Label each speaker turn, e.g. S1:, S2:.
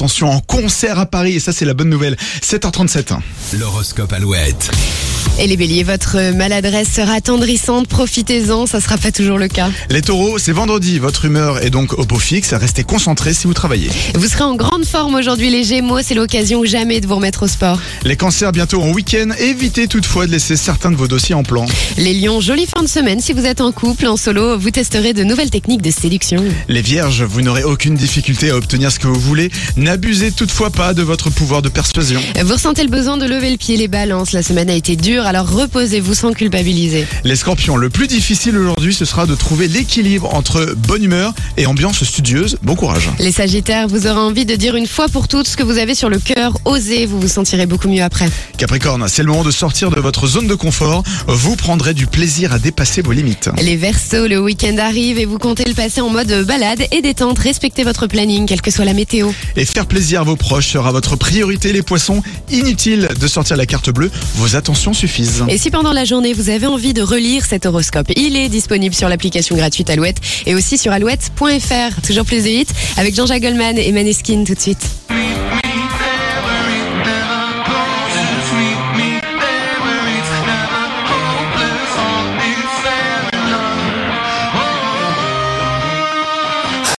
S1: Attention, en concert à Paris, et ça c'est la bonne nouvelle, 7h37.
S2: L'horoscope Alouette.
S3: Et les béliers, votre maladresse sera attendrissante, profitez-en, ça sera pas toujours le cas.
S1: Les taureaux, c'est vendredi, votre humeur est donc au beau fixe, restez concentrés si vous travaillez.
S3: Vous serez en grande forme aujourd'hui les gémeaux, c'est l'occasion ou jamais de vous remettre au sport.
S1: Les cancers, bientôt en week-end, évitez toutefois de laisser certains de vos dossiers en plan.
S3: Les lions, jolie fin de semaine, si vous êtes en couple, en solo, vous testerez de nouvelles techniques de séduction.
S1: Les vierges, vous n'aurez aucune difficulté à obtenir ce que vous voulez, n'abusez toutefois pas de votre pouvoir de persuasion.
S3: Vous ressentez le besoin de lever le pied les balances, la semaine a été dure, alors reposez-vous sans culpabiliser.
S1: Les scorpions, le plus difficile aujourd'hui, ce sera de trouver l'équilibre entre bonne humeur et ambiance studieuse. Bon courage.
S3: Les sagittaires, vous aurez envie de dire une fois pour toutes ce que vous avez sur le cœur, osez, vous vous sentirez beaucoup mieux après.
S1: Capricorne, c'est le moment de sortir de votre zone de confort, vous prendrez du plaisir à dépasser vos limites.
S3: Les versos, le week-end arrive et vous comptez le passer en mode balade et détente, respectez votre planning, quelle que soit la météo.
S1: Et faire plaisir à vos proches sera votre priorité, les poissons. Inutile de sortir la carte bleue, vos attentions suffisent.
S3: Et si pendant la journée vous avez envie de relire cet horoscope, il est disponible sur l'application gratuite Alouette et aussi sur alouette.fr. Toujours plus de hits avec Jean-Jacques Goldman et Maneskin tout de suite.